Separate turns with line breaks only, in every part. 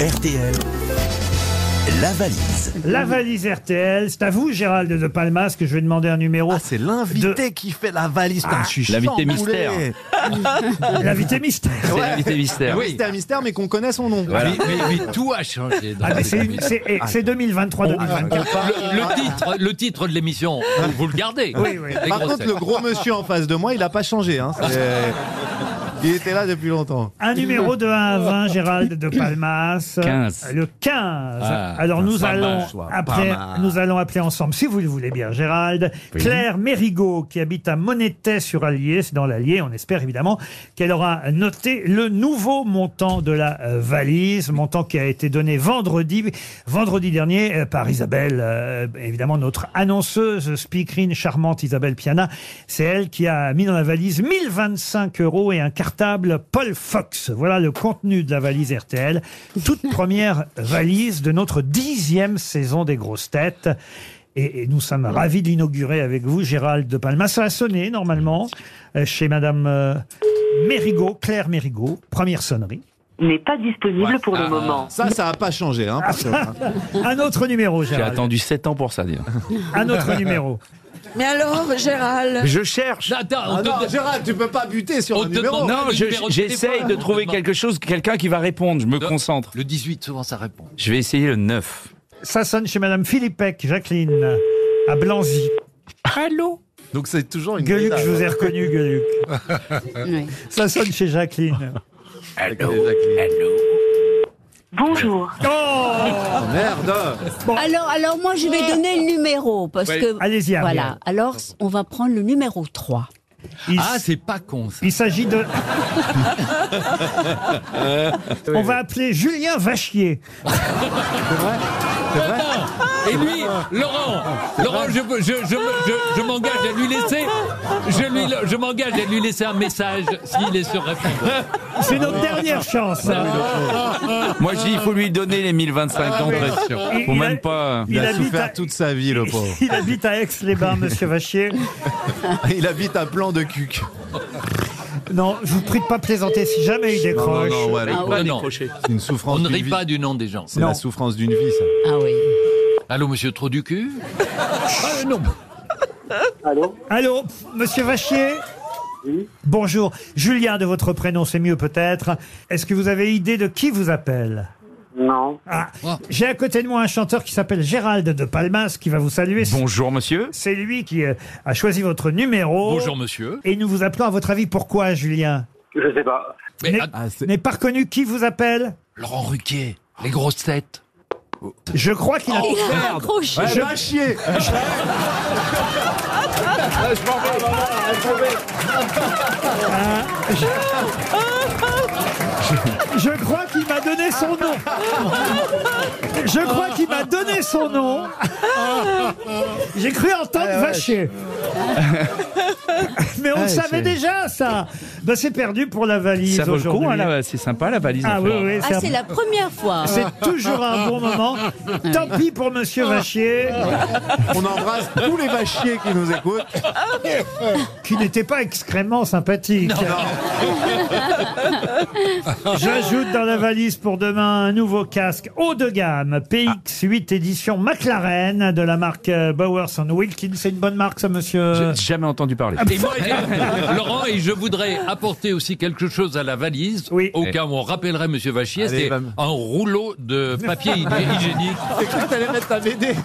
RTL, la valise.
La valise RTL, c'est à vous Gérald de Palmas que je vais demander un numéro.
Ah, c'est l'invité qui fait la valise.
Ah,
Putain, je suis
L'invité
chamboulé.
mystère.
Eh
L'invité mystère.
C'est
Ouais.
l'invité mystère.
Oui, c'était un mystère, mais qu'on connaît son nom.
Voilà.
Mais, mais- mais tout a changé. dans
Ah, mais
la
c'est
vie.
une- c'est- eh, c'est 2023-2024.
le, le titre, le titre de l'émission, vous, vous le gardez.
Oui, oui.
Les
Par
grosses
contre,
têtes.
le gros monsieur en face de moi, il a pas changé. hein. C'est- Il était là depuis longtemps.
Un numéro de 1 à 20, Gérald de Palmas.
15.
Le 15.
Ah,
Alors nous
pas
allons,
mal, toi, pas
après,
mal.
nous allons appeler ensemble, si vous le voulez bien, Gérald, Claire Mérigot, qui habite à Monetet sur Allier, c'est dans l'Allier, on espère évidemment qu'elle aura noté le nouveau montant de la euh, valise, montant qui a été donné vendredi, vendredi dernier euh, par Isabelle, euh, évidemment notre annonceuse speakerine charmante Isabelle Piana. C'est elle qui a mis dans la valise 1025 euros et un cartable Paul Fox. Voilà le contenu de la valise RTL. Toute première valise de notre dixième saison des grosses têtes. Et, et nous sommes ravis de l'inaugurer avec vous, Gérald de Palma. Ça a sonné normalement euh, chez Madame euh, Mérigot, Claire Mérigot. Première sonnerie.
n'est pas disponible pour
Ah.
le moment.
Ça, ça a pas changé. hein, parce que-
Un autre numéro,
J'ai
Gérald.
attendu 7 ans pour ça, dis donc.
Ah,
Un autre numéro.
Mais alors, Gérald
Je cherche.
Non, attends, on
Ah
te-
non, Gérald, tu peux pas buter sur un
On te
numéro.
demande-
Non,
Le
je-
numéro de
j'essaye
téléphone,
de trouver
non.
quelque chose, quelqu'un qui va répondre. Je me
De-
concentre.
le 18, souvent, ça répond.
Je vais essayer le 9.
Ça sonne chez Madame Philippec, Jacqueline, à Blanzy.
Allô
Donc c'est toujours une.
Gueuluc,
brigade.
je vous ai reconnu, Gueuluc. Euh, Ça sonne chez Jacqueline.
Allô
Bonjour.
Oh
Oh, Merde.
Alors, alors moi, je vais donner le numéro, parce que...
Allez-y, Ariel.
Voilà, alors on va prendre le numéro 3.
Il,
Ah, c'est pas con, ça.
il s'agit de... On va appeler Julien Vachier.
Et lui, Laurent, Laurent, je, veux- je, je, je, je m'engage à lui laisser, je, lui, je m'engage à lui laisser un message s'il est sur répondeur.
C'est notre dernière chance.
Bah
hein.
Moi, je dis, il faut lui donner les 1025
Ah,
ans de
Il-
reste. Faut
il
même
a-
pas.
Il,
Il
a
habite
souffert
à-
toute sa vie, le pauvre.
Il habite à Aix-les-Bains, monsieur Vachier.
Il habite un plan de cuc.
Non, je vous prie de pas plaisanter si jamais il
Non,
décroche.
non, ouais, le
Ah
pauvre,
ouais. Oh, Non, non.
C'est une souffrance.
On ne
d'une
rit
vie.
pas du nom des gens.
C'est la souffrance d'une vie, ça.
Ah oui.
Allô, monsieur Trou du cul Ah, non.
Allô, monsieur Vachier Bonjour. Julien, de votre prénom, c'est mieux peut-être. Est-ce que vous avez idée de qui vous appelle
Non.
Ah,
Oh.
J'ai à côté de moi un chanteur qui s'appelle Gérald de Palmas qui va vous saluer.
Bonjour, monsieur.
C'est lui qui euh, a choisi votre numéro.
Bonjour, monsieur.
Et nous vous appelons à votre avis pourquoi, Julien
Je sais pas.
Mais,
Mais-
att-
Ah, c'est-
N'est pas reconnu qui vous appelle
Laurent Ruquier, les grosses têtes.
Je crois qu'il a.
Il a accroché.
Je vais chier.
Je crois qu'il m'a donné son nom. Je crois qu'il m'a donné son nom. J'ai cru entendre
Ah,
vacher. Mais on le savait déjà ça. Ben, c'est perdu pour la valise
Ça vaut le coup, hein,
aujourd'hui.
là. C'est sympa, la valise. en
Ah
fait.
oui, oui,
Ah,
c'est un-
c'est la première fois.
C'est toujours un bon moment. Tant pis pour
Ah.
Monsieur Vachier,
On embrasse tous les vachiers qui nous écoutent.
qui n'était pas extrêmement sympathique. J'ajoute dans la valise pour demain un nouveau casque haut de gamme, PX8 édition McLaren de la marque euh, Bowers Wilkins. C'est une bonne marque, ça, monsieur
J'ai jamais entendu parler.
Et moi, et- Laurent, et je voudrais apporter aussi quelque chose à la valise,
Oui.
au cas où on rappellerait Monsieur Vachier,
Allez,
c'est
va-
un rouleau de papier hygi- hygiénique,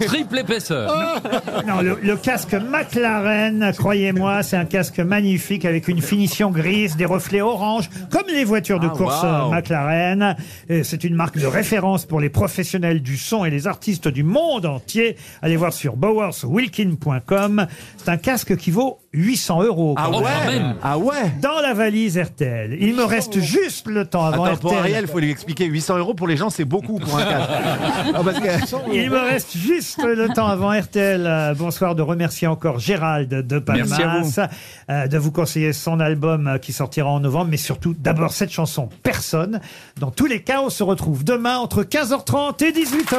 triple épaisseur.
Non, le, le casque McLaren, croyez-moi, c'est un casque magnifique avec une finition grise, des reflets orange, comme les voitures de
Ah,
course
waouh.
euh, McLaren. Et C'est une marque de référence pour les professionnels du son et les artistes du monde entier. Allez voir sur bowerswilkin.com. C'est un casque qui vaut 800 euros.
Ah
Oh, quand
ouais.
même.
Ah ouais.
Dans la valise RTL. Il me reste juste le temps avant
Attends, pour
RTL.
Ariel, il faut lui expliquer. 800 euros pour les gens, c'est beaucoup pour un casque. Ah, parce que-
Il me reste juste le temps avant RTL. euh, Bonsoir de remercier encore Gérald de Palmas,
Merci à vous.
euh, de vous conseiller son album euh, qui sortira en novembre, mais surtout d'abord cette chanson Personne. Dans tous les cas, on se retrouve demain entre 15h30 et 18h.